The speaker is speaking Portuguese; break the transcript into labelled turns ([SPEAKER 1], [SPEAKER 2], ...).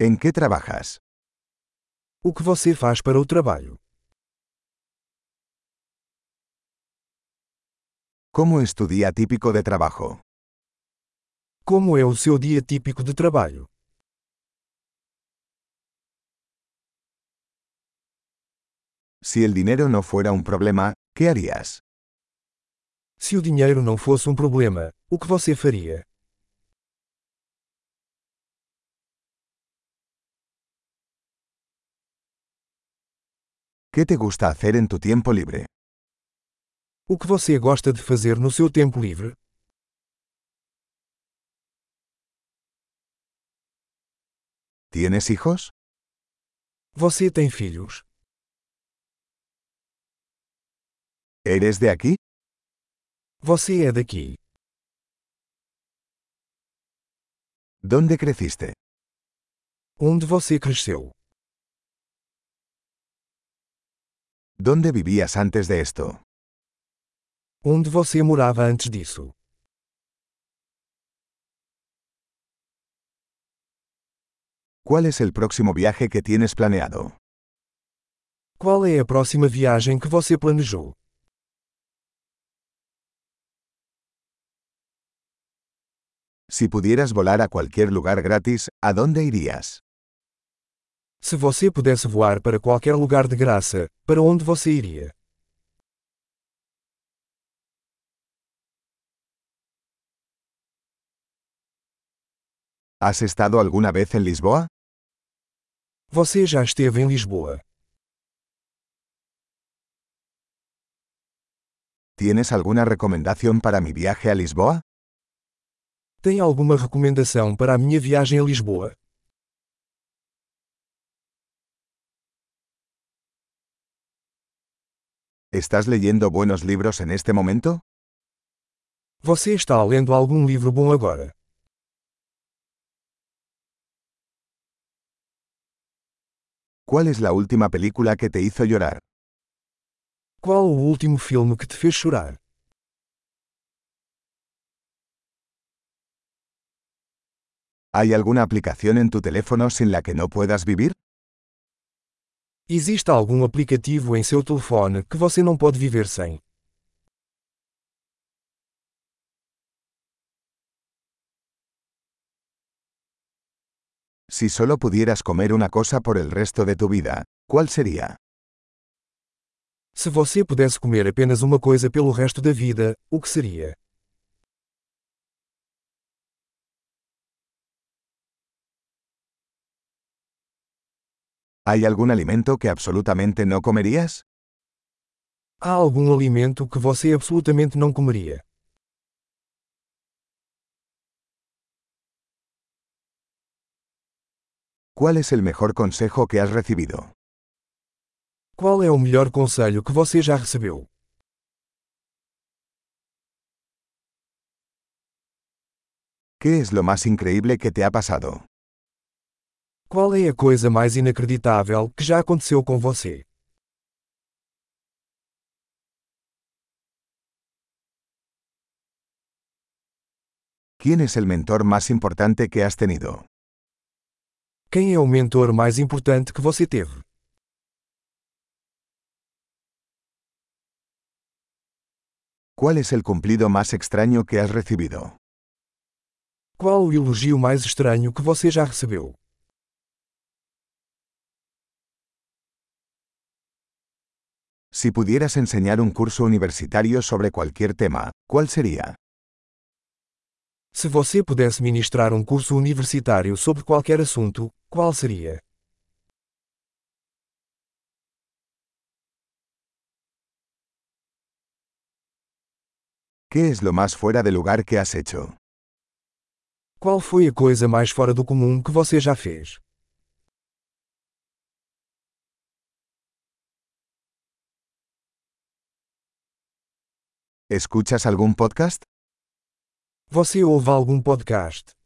[SPEAKER 1] Em que trabalhas?
[SPEAKER 2] O que você faz para o trabalho?
[SPEAKER 1] Como es tu día típico de trabajo?
[SPEAKER 2] Como é o seu dia típico de trabalho?
[SPEAKER 1] Si el dinero no fuera un problema, ¿qué harías?
[SPEAKER 2] Se o dinheiro não fosse um problema, o que você faria?
[SPEAKER 1] ¿Qué te gusta hacer en tu tiempo libre?
[SPEAKER 2] O que você gosta de fazer no seu tempo livre?
[SPEAKER 1] ¿Tienes hijos?
[SPEAKER 2] Você tem filhos?
[SPEAKER 1] ¿Eres de aquí?
[SPEAKER 2] Você é daqui?
[SPEAKER 1] ¿Dónde creciste?
[SPEAKER 2] Onde você cresceu?
[SPEAKER 1] ¿Dónde vivías antes de esto?
[SPEAKER 2] Onde você morava antes disso?
[SPEAKER 1] ¿Cuál es el próximo viaje que tienes planeado?
[SPEAKER 2] Qual é a próxima viagem que você planejou?
[SPEAKER 1] Si pudieras volar a cualquier lugar gratis, ¿a dónde irías?
[SPEAKER 2] Se você pudesse voar para qualquer lugar de graça, para onde você iria?
[SPEAKER 1] ¿Has estado alguna vez en Lisboa?
[SPEAKER 2] Você já esteve em Lisboa?
[SPEAKER 1] ¿Tienes alguna recomendación para mi viaje a Lisboa?
[SPEAKER 2] Tem alguma recomendação para a minha viagem a Lisboa?
[SPEAKER 1] ¿Estás leyendo buenos libros en este momento?
[SPEAKER 2] Você está lendo algum livro bom agora?
[SPEAKER 1] ¿Cuál es la última película que te hizo llorar?
[SPEAKER 2] Qual o último filme que te fez chorar?
[SPEAKER 1] ¿Hay alguna aplicación en tu teléfono sin la que no puedas vivir?
[SPEAKER 2] Existe algum aplicativo em seu telefone que você não pode viver sem?
[SPEAKER 1] Si solo pudieras comer una cosa por el resto de tu vida, ¿cuál sería?
[SPEAKER 2] Se você pudesse comer apenas uma coisa pelo resto da vida, o que seria?
[SPEAKER 1] ¿Hay algún alimento que absolutamente no comerías?
[SPEAKER 2] Há algum alimento que você absolutamente não comeria?
[SPEAKER 1] ¿Cuál es el mejor consejo que has recibido?
[SPEAKER 2] Qual é o melhor conselho que você já recebeu?
[SPEAKER 1] ¿Qué es lo más increíble que te ha pasado?
[SPEAKER 2] Qual é a coisa mais inacreditável que já aconteceu com você?
[SPEAKER 1] ¿Quién es el mentor más importante que has tenido?
[SPEAKER 2] Quem é o mentor mais importante que você teve?
[SPEAKER 1] ¿Cuál es el cumplido más extraño que has recibido?
[SPEAKER 2] Qual o elogio mais estranho que você já recebeu?
[SPEAKER 1] Si pudieras enseñar un curso universitario sobre cualquier tema, ¿cuál sería?
[SPEAKER 2] Se você pudesse ministrar um curso universitário sobre qualquer assunto, qual seria?
[SPEAKER 1] ¿Qué es lo más fuera de lugar que has hecho?
[SPEAKER 2] Qual foi a coisa mais fora do comum que você já fez?
[SPEAKER 1] ¿Escuchas algún podcast?
[SPEAKER 2] Você ouve algum podcast?